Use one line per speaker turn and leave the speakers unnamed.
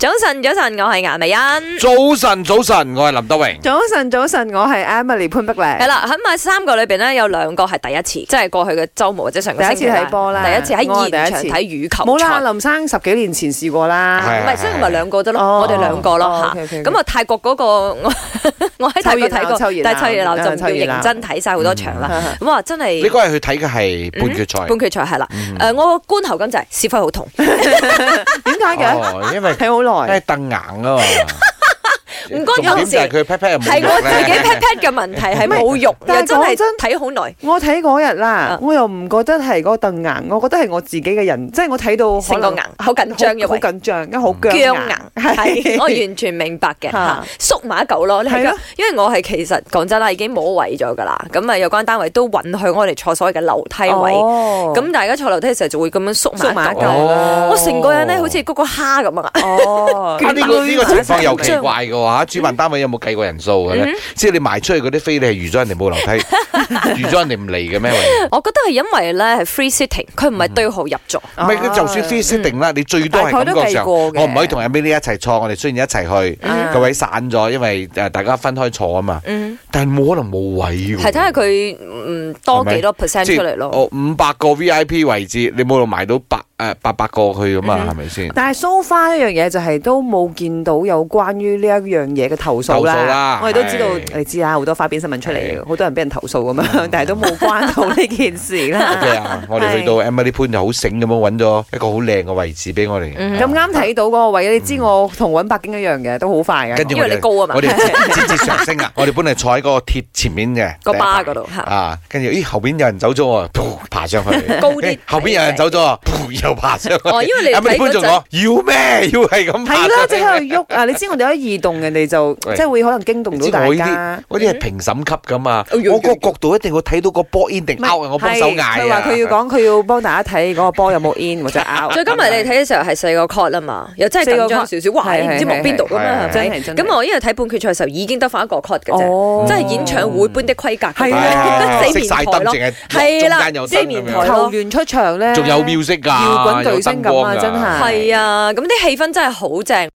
早晨，早晨，我係顏美欣。
早晨，早晨，我係林德榮。
早晨，早晨，我係 Emily 潘碧
係
玲。
啦，喺咪三個裏邊咧，有兩個係第一次，即係過去嘅週末或者上個星期
第一次睇波啦
第一次喺
我係
現
第
場
一次
睇羽球
冇
賽。
啦，
唔
林生十幾年前試過
係
啦。
係，所以咪兩個啫咯，
哦
我哋兩個咯
哦
嚇。
OK，OK，OK 哦
咁啊，泰國嗰個我 我喺泰國睇過
湊熱鬧湊熱，鬧
但係湊熱鬧就唔叫
湊熱鬧
認真睇晒好多場
嗯
啦。咁啊，真係
呢個係去睇嘅係嗯半決賽
半。決賽係啦。誒，我個觀後感就係屎忽好痛，
點解嘅？
哦，因為
睇好
因為
耐。
凳硬啊嘛。
唔關我
重點
事
就係佢 pat pat 又冇
係
肉
我 自己
咧
pat pat 嘅問題係冇肉，
但係
又真係
講真
睇好耐。
我睇嗰日
啊
啦，我又唔覺得係嗰個凳硬，我覺得係我自己嘅人，即係我睇到
成個
可能
硬，好緊張嘅
好
位，
緊張，因為好僵
僵
硬
硬。係，我完全明白嘅嚇
嚇，
縮埋一嚿咯。你係
係咯
因為我係其實講真啦，已經冇位咗㗎啦。咁啊，有關單位都允許我哋坐所謂嘅樓梯位。
哦
咁大家坐樓梯嘅時候就會咁樣縮
縮
埋
埋
一
一
嚿
嚿。
哦
我成個人咧好似嗰個蝦咁 啊！
哦
啊！呢個呢個情況又奇
緊張
怪嘅喎，主辦單位有冇計過人數嘅咧？即係你賣出去嗰啲飛，你係預咗人哋 冇樓梯，預咗人哋唔嚟嘅咩？喂
我覺得係因為咧係 free sitting，佢唔係對號入座。
唔係，佢就算 free sitting 啦，你最多嗯係
大概
感
都
覺
計
上，
過嘅
我唔可以同 Emily 一齊坐，我哋雖然一齊去，
嗯
個位散咗，因為誒大家分開坐啊嘛，
嗯，
但係冇可能冇位喎。
係睇下佢嗯多幾多 percent 出嚟咯。
哦，五百個 V I P 位置，你冇度埋到八誒八百個去咁
嗯
嘛，係 咪先？
但係 so far 一樣嘢就係都冇見到有關於呢一樣嘢嘅投訴
投訴啦
啦。我哋都知
係
道，你知啦，好多花邊新聞出
係
嚟，好多人俾人投訴咁樣，但係都冇關到呢件事
O
啦
K。啊，我哋去到 Emily 潘就好醒咁樣揾咗一個好靚嘅位置俾我哋。
嗯
咁啱睇到嗰個位，你知我同揾白京一樣嘅，都好快嘅。
跟住
因
我
為
哋
你高啊嘛
我哋節節上升啊！我哋本嚟坐喺個鐵前面嘅
個
第一排
巴嗰度嚇
啊，跟住咦後邊有人走咗喎，噗爬上去
高啲
咦 後邊有人走咗喎，噗又爬上去。
哦因為你睇
Emily 潘
嗰陣
仲講要咩？要係咁爬
係啦，
上
即
去
係喺度喐啊！你知我哋喺移動，人哋就
喂
即係會可能驚動
你知
到
我
大
呢
家嗯哦
啲。嗰啲係評審級噶嘛，
哎呦
我個角度一定會睇到個波 in 定 out 啊！我幫手
係
嗌啊！
佢話佢要講，佢要幫大家睇嗰個波有冇 in 或者 out。
最今日你睇嘅時候係四個 cut 啊嘛，又真係緊張少
哦四
少，
個 court，
哇！你唔知望邊度咁樣
係
係
真
咪
係？真係。
咁我因為睇半決賽嘅時候已經得翻一個 cut 嘅啫，
哦
即係演唱會般的規格咁樣，
係 啊
四
熄
面
晒
台
燈，
咯。
淨係
係啦
中間有
四面
燈咁
台咯
樣
球員出場咧，
仲有 music 㗎，
搖滾巨星咁啊
有燈光㗎
真係
係啊，咁啲氣氛真係好正。